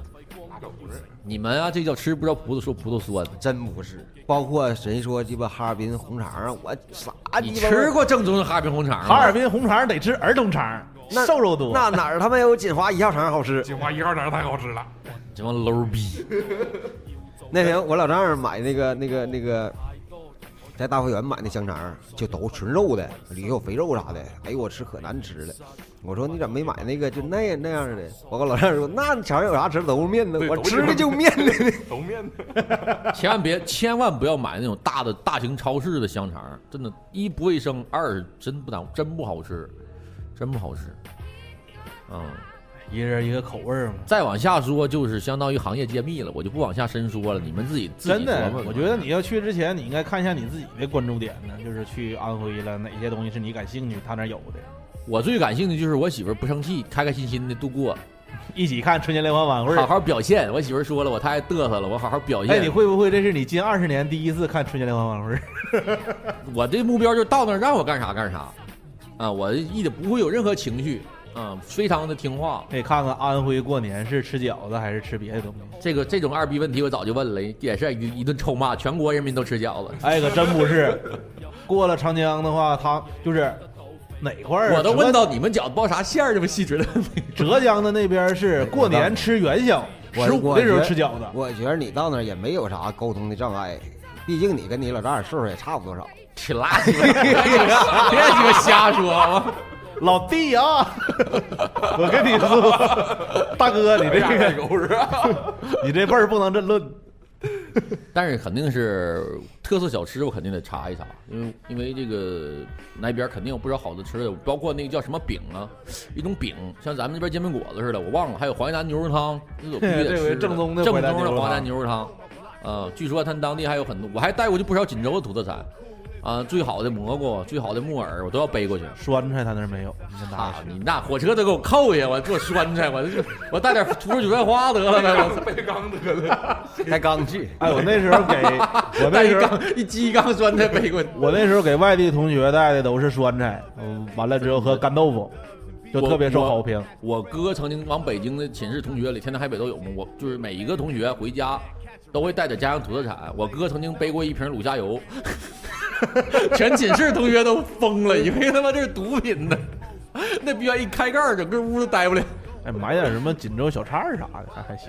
Speaker 2: 你们啊，这叫吃不着葡萄说葡萄酸。
Speaker 4: 真不是，包括谁说鸡巴哈尔滨红肠啊，我啥
Speaker 2: 你
Speaker 4: 鸡巴味儿
Speaker 2: 吃过正宗的哈尔滨红肠吗？
Speaker 3: 哈尔滨红肠得吃儿童肠，
Speaker 4: 那
Speaker 3: 瘦肉多。
Speaker 4: 那哪儿他妈有锦华一号肠好吃？
Speaker 5: 锦华一号肠太好吃了，
Speaker 2: 这帮 low 逼，
Speaker 4: 那天我老丈人买那个那个那个，在大会园买那香肠，就都纯肉的，里头有肥肉啥的。哎呦，我吃可难吃了。我说你咋没买那个就那样那样的？我跟我老丈人说，那肠有啥吃的都是面的，
Speaker 5: 对
Speaker 4: 我
Speaker 5: 都是
Speaker 4: 吃的就面的。
Speaker 5: 都面的。
Speaker 2: 千万别 千万不要买那种大的大型超市的香肠，真的，一不卫生，二真不难，真不好吃，真不好吃。嗯，
Speaker 3: 一人一个口味儿嘛。
Speaker 2: 再往下说就是相当于行业揭秘了，我就不往下深说了，你们自己自己
Speaker 3: 真的
Speaker 2: 琢磨，吧
Speaker 3: 我觉得你要去之前，你应该看一下你自己的关注点呢，就是去安徽了，哪些东西是你感兴趣，他那儿有的。
Speaker 2: 我最感兴趣就是我媳妇儿不生气，开开心心的度过。
Speaker 3: 一起看春节联欢晚会
Speaker 2: 好
Speaker 3: 儿。
Speaker 2: 好表现。我媳妇儿说了，我太嘚瑟了，我好好表现。
Speaker 3: 哎，你会不会这是你近二十年第一次看春节联欢晚会儿？
Speaker 2: 我这目标就到那儿让我干啥干啥，啊，我一点不会有任何情绪，啊，非常的听话。
Speaker 3: 可以看看安徽过年是吃饺子还是吃别的东西？
Speaker 2: 这个这种二逼问题我早就问了，也是一一顿臭骂，全国人民都吃饺子。
Speaker 3: 哎，可真不是。过了长江的话，它就是哪块儿啊？
Speaker 2: 我都
Speaker 3: 浙
Speaker 2: 问到你们饺子包啥馅儿，这么细致的问题。
Speaker 3: 浙江的那边是过年吃元宵，
Speaker 4: 我
Speaker 3: 十五
Speaker 4: 我
Speaker 3: 的时候
Speaker 4: 觉
Speaker 3: 吃饺子。
Speaker 4: 我觉得你到那儿也没有啥沟通的障碍，毕竟你跟你老丈人岁数也差不多少。
Speaker 2: 去拉鸡 巴，别鸡巴瞎说啊！
Speaker 3: 老 弟啊，我跟你说，大哥，你这
Speaker 5: 太
Speaker 3: 个
Speaker 5: 狗日啊！
Speaker 3: 你这辈儿不能这论。
Speaker 2: 但是肯定是特色小吃，我肯定得查一查，因为因为这个那边肯定有不少好的吃的，包括那个叫什么饼啊，一种饼，像咱们这边煎饼果子似的，我忘了，还有淮南牛肉汤，这我必 须得
Speaker 3: 这
Speaker 2: 吃
Speaker 3: 回
Speaker 2: 的。
Speaker 3: 正宗的
Speaker 2: 正
Speaker 3: 淮
Speaker 2: 宗
Speaker 3: 南牛肉
Speaker 2: 的
Speaker 3: 汤
Speaker 2: 淮南牛肉汤，呃，据说他们当地还有很多，我还带过去不少锦州的土特产，啊、最好的蘑菇，最好的木耳，我都要背 过去。
Speaker 3: 酸菜他那儿没有，你先拿
Speaker 2: 啊
Speaker 3: 着！去。
Speaker 2: 你那火车都给我扣下，我做酸菜，我这我带点土豆韭菜花 得了呗，我操
Speaker 5: 被刚得了，
Speaker 4: 才刚去，
Speaker 3: 哎，我那时 候给我
Speaker 2: 带
Speaker 3: 那
Speaker 2: 一
Speaker 3: 时候
Speaker 2: 缸一鸡缸酸菜背过去。
Speaker 3: 我那时候给外地同学带的都是酸菜，嗯，完了之后和干豆腐，就特别受好评。
Speaker 2: 我哥曾经往北京的寝室同学里，天南海北都有嘛。我就是每一个同学回家都会带点家乡土特产。我哥曾经背过一瓶卤虾油， 全寝室同学都疯了，以为他妈这是毒品呢。那逼玩意一开盖儿，整个屋都待不了。
Speaker 3: 哎，买点什么锦州小菜儿啥的还还行。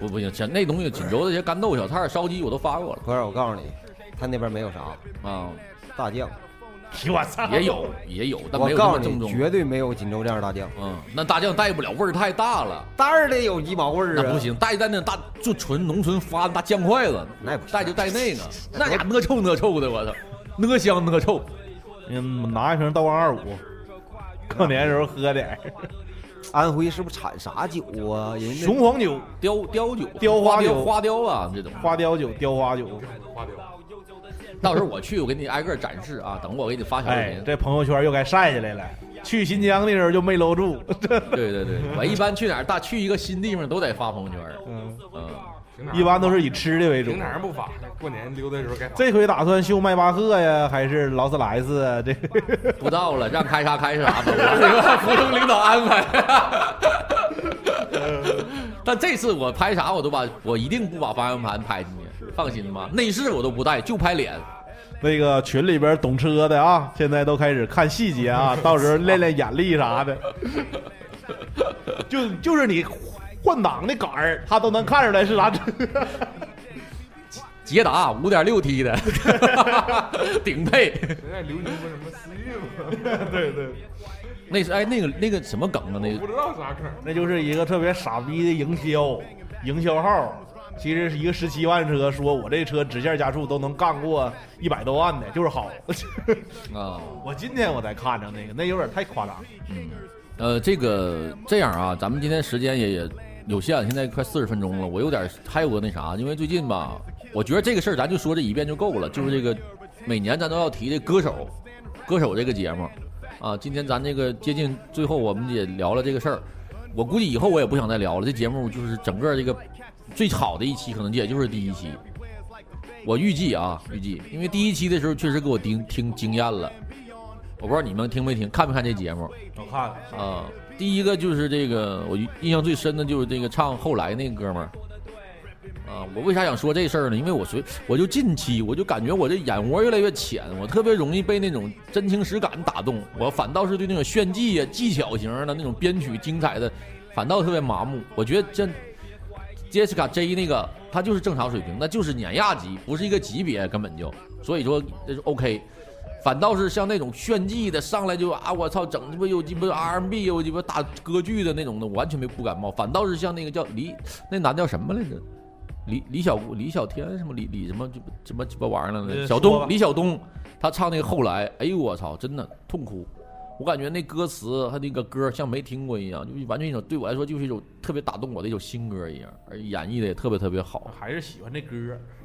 Speaker 2: 不不行，像那东西，锦州的这些干豆、小菜、烧鸡我都发过了
Speaker 4: 不是我告诉你，他那边没有啥
Speaker 2: 啊、
Speaker 4: 大酱，
Speaker 3: 我操
Speaker 2: 也有也有，但没
Speaker 4: 我
Speaker 2: 有那
Speaker 4: 告
Speaker 2: 么
Speaker 4: 诉
Speaker 2: 正
Speaker 4: 你，
Speaker 2: 宗。
Speaker 4: 绝对没有锦州这样的大酱，
Speaker 2: 嗯，那大酱带不了，味儿太大了。
Speaker 4: 当得有鸡毛味儿
Speaker 2: 那
Speaker 4: 啊！
Speaker 2: 不，行，带一带那大就纯农村发的大酱筷子，
Speaker 4: 那不行
Speaker 2: 带就带那个，那家伙呢臭呢臭的，我操，呢香呢臭。
Speaker 3: 嗯，拿一瓶道光二五，过年时候喝点儿
Speaker 4: 安徽是不是产啥酒啊？人 家
Speaker 3: 雄黄酒、
Speaker 2: 雕雕酒、
Speaker 3: 雕花
Speaker 2: 花雕、
Speaker 3: 酒
Speaker 2: 花雕啊，这种。
Speaker 3: 花雕酒、雕花酒。
Speaker 5: 花雕，
Speaker 2: 到时候我去，我给你挨个展示啊。等我给你发小视
Speaker 3: 哎
Speaker 2: 频，。
Speaker 3: 这朋友圈又该晒起来了。去新疆的时候就没搂住，
Speaker 2: 对对对，我一般去哪儿大去一个新地方都得发朋友圈儿。
Speaker 3: 嗯，
Speaker 2: 嗯，
Speaker 5: 平 常
Speaker 3: 一般都是以吃的为主
Speaker 5: 平。常不发，过年溜达的时候该发。
Speaker 3: 这回打算秀迈巴赫呀，还是劳斯莱斯啊？这
Speaker 2: 不到了，让开啥开 啥吧，我服从领导安排。 但这次我拍啥我都把我一定不把方向盘拍进去，放心吧，内饰我都不带，就拍脸。
Speaker 3: 那个群里边懂车的啊，现在都开始看细节啊，到时候练练眼力啥的。就就是你换挡的杆儿，他都能看出来是啥车。
Speaker 2: 捷达五点六 T 的， 顶配。
Speaker 5: 现在流行个什么思域吗？
Speaker 3: 对对，
Speaker 2: 那是哎，那个那个什么梗啊？那个
Speaker 5: 不知道啥坑。
Speaker 3: 那就是一个特别傻逼的营销，营销号。其实是一个十七万车，说我这车直线加速都能干过一百多万的，就是好。
Speaker 2: 啊，
Speaker 3: 我今天我才看着那个，那有点太夸张了。
Speaker 2: 嗯，呃，这个这样啊，咱们今天时间也也有限，现在快四十分钟了，我有点还有个那啥，因为最近吧，我觉得这个事儿咱就说这一遍就够了，就是这个每年咱都要提的歌手，歌手这个节目啊，今天咱这个接近最后，我们也聊了这个事儿，我估计以后我也不想再聊了，这节目就是整个这个最好的一期，可能也就是第一期。我预计啊，预计，因为第一期的时候确实给我听听惊艳了，我不知道你们听没听，看没看这节目？
Speaker 3: 我看了，
Speaker 2: 啊，第一个就是这个，我印象最深的就是这个唱后来那哥们儿。啊，我为啥想说这事儿呢？因为我随我就近期我就感觉我这眼窝越来越浅，我特别容易被那种真情实感打动，我反倒是对那种炫技啊、技巧型的那种编曲精彩的，反倒特别麻木。我觉得这 Jessica J 那个，她就是正常水平，那就是碾压级，不是一个级别，根本就，所以说这是 OK。反倒是像那种炫技的，上来就啊，我操，整他妈有鸡巴 R&B，有鸡巴大歌剧的那种的，我完全没不感冒。反倒是像那个叫李，那男叫什么来着？李李小李小天什么李李什么什么鸡巴玩意儿来着？
Speaker 3: 呃
Speaker 2: 小
Speaker 3: 说吧
Speaker 2: 东李小东，他唱那个后来，哎呦我操，真的痛哭。我感觉那歌词和那个歌像没听过一样，就是完全一种对我来说就是一种特别打动我的一首新歌一样，而演绎的也特别特别好。
Speaker 3: 还是喜欢这歌。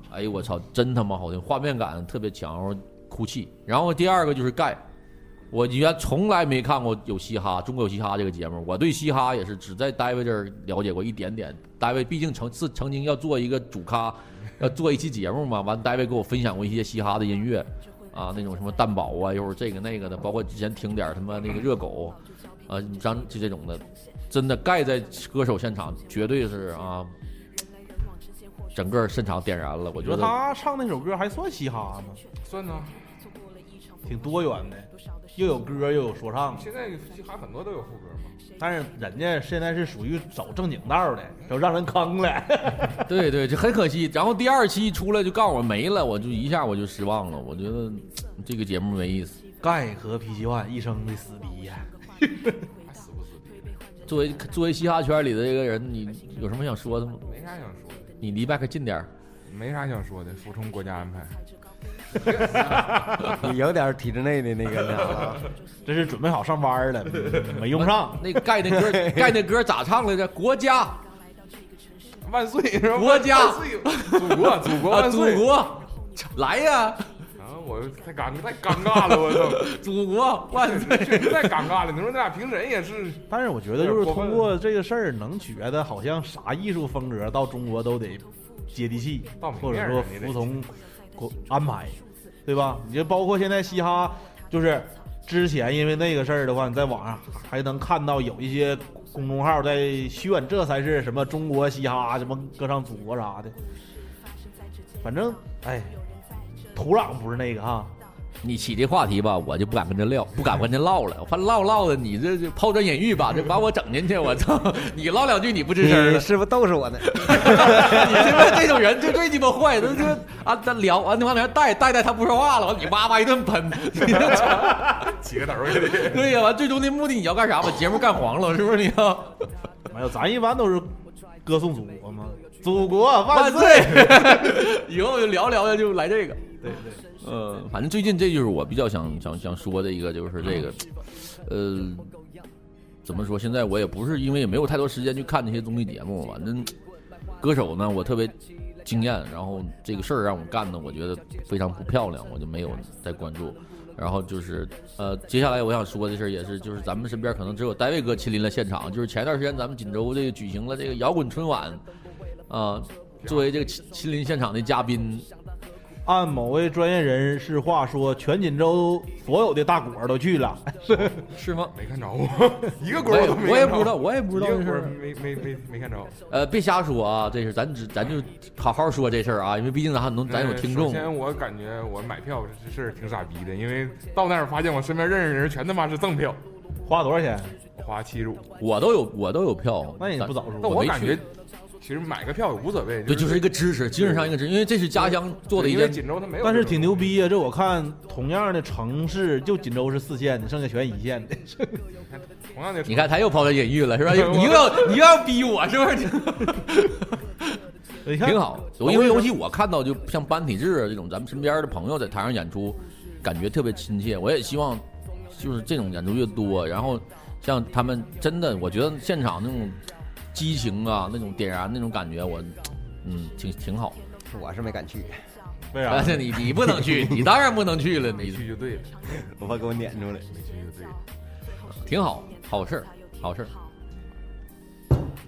Speaker 2: 哎呦我操，真他妈好听，画面感特别强，然后哭泣。然后第二个就是盖，我原从来没看过有嘻哈，中国有嘻哈这个节目。我对嘻哈也是只在 David 这儿了解过一点点。David 毕竟曾是曾经要做一个主咖，要做一期节目嘛。完，David 给我分享过一些嘻哈的音乐，啊，那种什么蛋堡啊，一会儿这个那个的，包括之前听点儿他妈那个热狗，啊，张就这种的，真的盖在歌手现场绝对是啊，整个现场点燃了。我
Speaker 3: 你
Speaker 2: 觉
Speaker 3: 说
Speaker 2: 得
Speaker 3: 他唱那首歌还算嘻哈吗？
Speaker 5: 算呢。
Speaker 3: 挺多元的，又有歌又有说唱，
Speaker 5: 现在嘻哈很多都有副歌嘛，
Speaker 3: 但是人家现在是属于走正经道的，就让人坑了。
Speaker 2: 对对，这很可惜。然后第二期出来就告诉我没了，我就一下我就失望了。我觉得这个节目没意思。
Speaker 3: 盖和 PG One 一生的死敌呀、
Speaker 5: 还死不死的，
Speaker 2: 作为作为嘻哈圈里的一个人，你有什么想说的吗？
Speaker 5: 没啥想说的，
Speaker 2: 你离麦克近点儿。
Speaker 5: 没啥想说的，服从国家安排。
Speaker 4: 你有点体制内的那个那啥了啊。
Speaker 3: 这是准备好上班了，没用上。
Speaker 2: 那个盖那 歌，盖那歌咋唱来着？国家啊
Speaker 5: 万岁是吧？
Speaker 2: 国家
Speaker 5: 万岁祖国，祖国
Speaker 2: 啊，
Speaker 5: 万
Speaker 2: 祖
Speaker 5: 岁！
Speaker 2: 国，来呀，
Speaker 5: 啊，我太尴太尴尬了，我操！
Speaker 2: 祖国万岁！
Speaker 5: 确实太尴尬了。你说咱俩评审也是，
Speaker 3: 但是我觉得就是通过这个事儿，能觉得好像啥艺术风格到中国都得接地气
Speaker 5: 到，明
Speaker 3: 或者
Speaker 5: 面
Speaker 3: 说
Speaker 5: 上你得
Speaker 3: 服从国安排，对吧？你就包括现在嘻哈，就是之前因为那个事儿的话，你在网上还能看到有一些公众号在炫，这才是什么中国嘻哈，什么歌唱祖国啥的。反正哎，土壤不是那个哈，
Speaker 2: 你起这话题吧，我就不敢跟他撂，不敢跟他唠了。我怕唠唠的，你这这抛砖引玉吧，这把我整进去。我操！你唠两句你不吱声
Speaker 4: 你
Speaker 2: 了，
Speaker 4: 是不是逗死我呢？
Speaker 2: 你这不这种人就最鸡巴坏，他就啊，他聊完你往那带带带他不说话了，完你哇哇一顿喷，
Speaker 5: 起个头也得。
Speaker 2: 对呀，完最终的目的你要干啥？把节目干黄了，是不是你要？
Speaker 3: 没有，咱一般都是歌颂祖国嘛，祖国
Speaker 2: 万
Speaker 3: 万岁。
Speaker 2: 岁！ 以后就聊聊就来这个。
Speaker 3: 对对。
Speaker 2: 嗯，反正最近这就是我比较想想想说的一个，就是这个，呃，怎么说？现在我也不是因为也没有太多时间去看这些综艺节目，反正歌手呢，我特别惊艳，然后这个事儿让我干的，我觉得非常不漂亮，我就没有再关注。然后就是，呃，接下来我想说的事儿也是，就是咱们身边可能只有戴维哥亲临了现场。就是前段时间咱们锦州这个举行了这个摇滚春晚，啊、作为这个亲亲临现场的嘉宾，
Speaker 3: 按某位专业人士话说，全锦州所有的大果儿都去了。
Speaker 2: 是吗？
Speaker 5: 没看着我，一个
Speaker 2: 我
Speaker 5: 果儿
Speaker 2: 也
Speaker 5: 都没看着。
Speaker 2: 我也不知道，我也不知道
Speaker 5: 一
Speaker 2: 这
Speaker 5: 个
Speaker 2: 事
Speaker 5: 果儿
Speaker 2: 儿。
Speaker 5: 没没没没看着。
Speaker 2: 呃，别瞎说啊，这事儿咱只咱就好好说这事儿啊，因为毕竟咱还能咱有听众
Speaker 5: 呃首。先，我感觉我买票这事儿挺傻逼的，因为到那儿发现我身边认识的人全他妈是赠票，
Speaker 3: 花多少钱？
Speaker 5: 我花七十五。
Speaker 2: 我都有我都有票，
Speaker 3: 那你
Speaker 2: 咱
Speaker 3: 不早说
Speaker 5: 但
Speaker 2: 我没
Speaker 5: 感
Speaker 2: 去
Speaker 5: 觉其实买个票也无所谓，
Speaker 2: 对，就是一个支持，精神上一个支持，因为这是家乡做的一
Speaker 5: 因为
Speaker 2: 件。
Speaker 5: 锦州它没有这种，
Speaker 3: 但是挺牛逼啊！这我看同样的城市，就锦州是四线的，剩下全一线的。
Speaker 5: 同样的，
Speaker 2: 你看他又抛砖引玉了，是吧？
Speaker 5: 我
Speaker 2: 你又要你又要逼我，是不是？
Speaker 3: 你看，
Speaker 2: 挺好。我因为尤其我看到，就像班体制啊这种，咱们身边的朋友在台上演出，感觉特别亲切。我也希望，就是这种演出越多，然后像他们真的，我觉得现场那种激情啊，那种点燃那种感觉，我嗯挺挺好。
Speaker 4: 我是没敢去，
Speaker 3: 为啥
Speaker 2: 但？是 你你不能去，你当然不能去了，
Speaker 5: 没
Speaker 2: 你
Speaker 5: 去就对了，
Speaker 4: 我怕给我撵出来。
Speaker 5: 没去就对了。
Speaker 2: 挺好，好事儿，好事儿。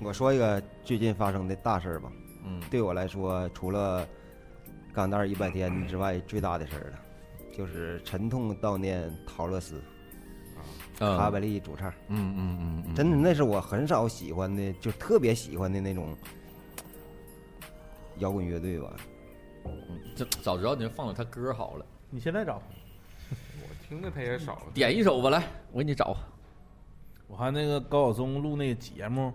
Speaker 4: 我说一个最近发生的大事儿吧，
Speaker 2: 嗯，
Speaker 4: 对我来说，除了钢蛋一百天之外，最大的事儿了，就是沉痛悼念陶乐斯，卡
Speaker 2: 嗯
Speaker 4: 百利主唱。
Speaker 2: 嗯嗯嗯嗯，
Speaker 4: 真的，那是我很少喜欢的，就是特别喜欢的那种摇滚乐队吧。
Speaker 2: 这早知道你就放了他歌好了，
Speaker 3: 你现在找？
Speaker 5: 我听的他也少，
Speaker 2: 点一首吧，来，我给你找。
Speaker 3: 我看那个高晓松录那个节目，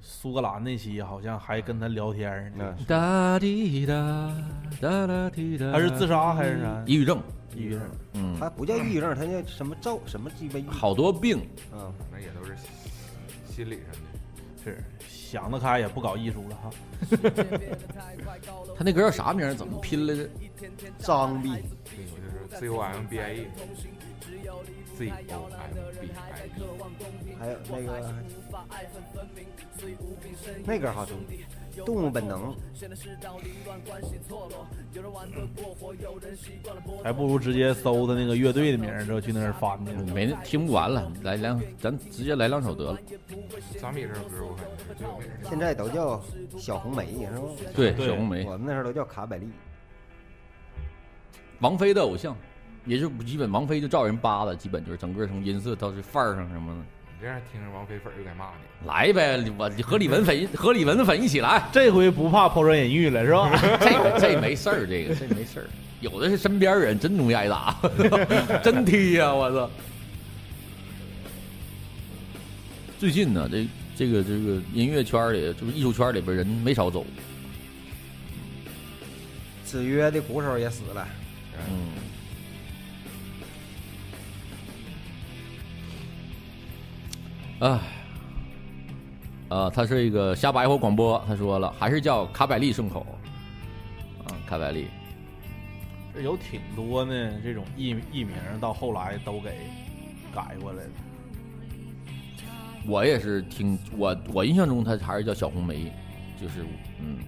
Speaker 3: 苏格兰那期好像还跟他聊天呢。
Speaker 4: 嗯，
Speaker 2: 哒滴哒哒哒滴哒
Speaker 3: 他是自杀还是啥？
Speaker 2: 抑郁症，
Speaker 3: 抑郁症。
Speaker 2: 嗯，
Speaker 4: 他不叫抑郁症，他叫什么躁什么鸡巴抑郁。
Speaker 2: 好多病，
Speaker 4: 嗯，
Speaker 5: 那也都是心理上的。
Speaker 3: 是想得开，也不搞艺术了哈。
Speaker 2: 他那歌叫啥名儿？怎么拼来着？
Speaker 4: 张逼，
Speaker 5: 那首就是 C O M B I E，C O M B I E，
Speaker 4: 还有那个那歌好听，《动物本能》。
Speaker 3: 还不如直接搜他那个乐队的名儿，之后去那儿翻去。
Speaker 2: 没那听不完了，来两，咱直接来两首得了。
Speaker 5: 咱们也是歌，我感觉这个没人
Speaker 4: 现在都叫小红梅是不？
Speaker 2: 对，
Speaker 3: 对
Speaker 2: 小红梅，
Speaker 4: 我们那时候都叫卡百利。
Speaker 2: 王菲的偶像，也就基本王菲就照人扒拉，基本就是整个从音色到是范儿上什么的，
Speaker 5: 你这样听着王菲粉儿就该骂你。
Speaker 2: 来呗，我和李玟粉和李玟的粉一起来，
Speaker 3: 这回不怕抛砖引玉了是吧？
Speaker 2: 这这没事儿，这个这没事儿，有的是身边人真容易挨打， 真踢呀、我操！最近呢，这这个这个音乐圈里，就是艺术圈里边人没少走，
Speaker 4: 子曰的鼓手也死了，
Speaker 2: 嗯，唉，啊，他是一个瞎白活广播，他说了，还是叫卡百利顺口，啊，卡百利，
Speaker 3: 有挺多呢，这种艺艺名到后来都给改过来了。
Speaker 2: 我也是听我我印象中他还是叫小红梅，就是嗯，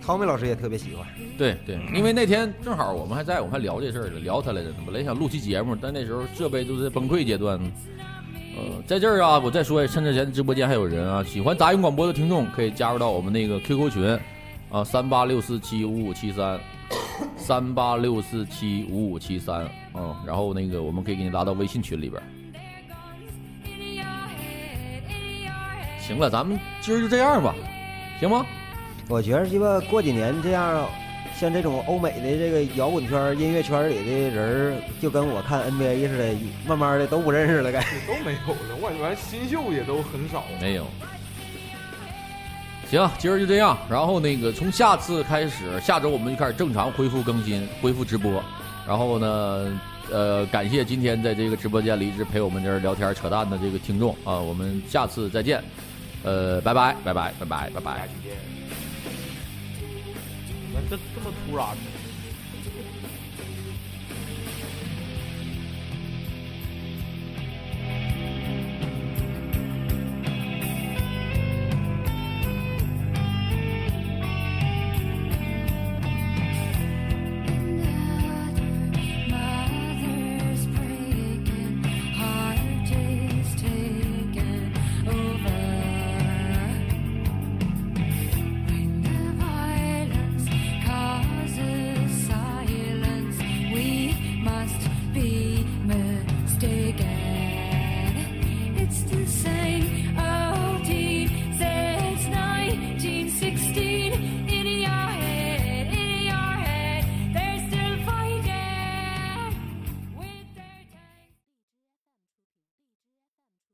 Speaker 4: 汤米老师也特别喜欢。
Speaker 2: 对对，因为那天正好我们还在，我们还聊这事儿了，聊他来着，本来想录期节目，但那时候设备都在崩溃阶段。呃，在这儿啊，我再说，趁着咱直播间还有人啊，喜欢杂音广播的听众可以加入到我们那个 QQ 群，啊，三八六四七五五七三，三八六四七五五七三，嗯，然后那个我们可以给你拉到微信群里边儿。行了，咱们今儿就这样吧，行吗？
Speaker 4: 我觉得鸡巴过几年这样，像这种欧美的这个摇滚圈、音乐圈里的人儿，就跟我看 NBA 似的，慢慢的都不认识了，该。
Speaker 5: 都没有了， 我感觉完新秀也都很少。
Speaker 2: 没有。行，今儿就这样。然后那个，从下次开始，下周我们就开始正常恢复更新，恢复直播。然后呢，呃，感谢今天在这个直播间里一直陪我们这儿聊天扯淡的这个听众啊，我们下次再见。呃，拜拜，拜拜，拜拜，拜拜。
Speaker 3: 这这么突然呢？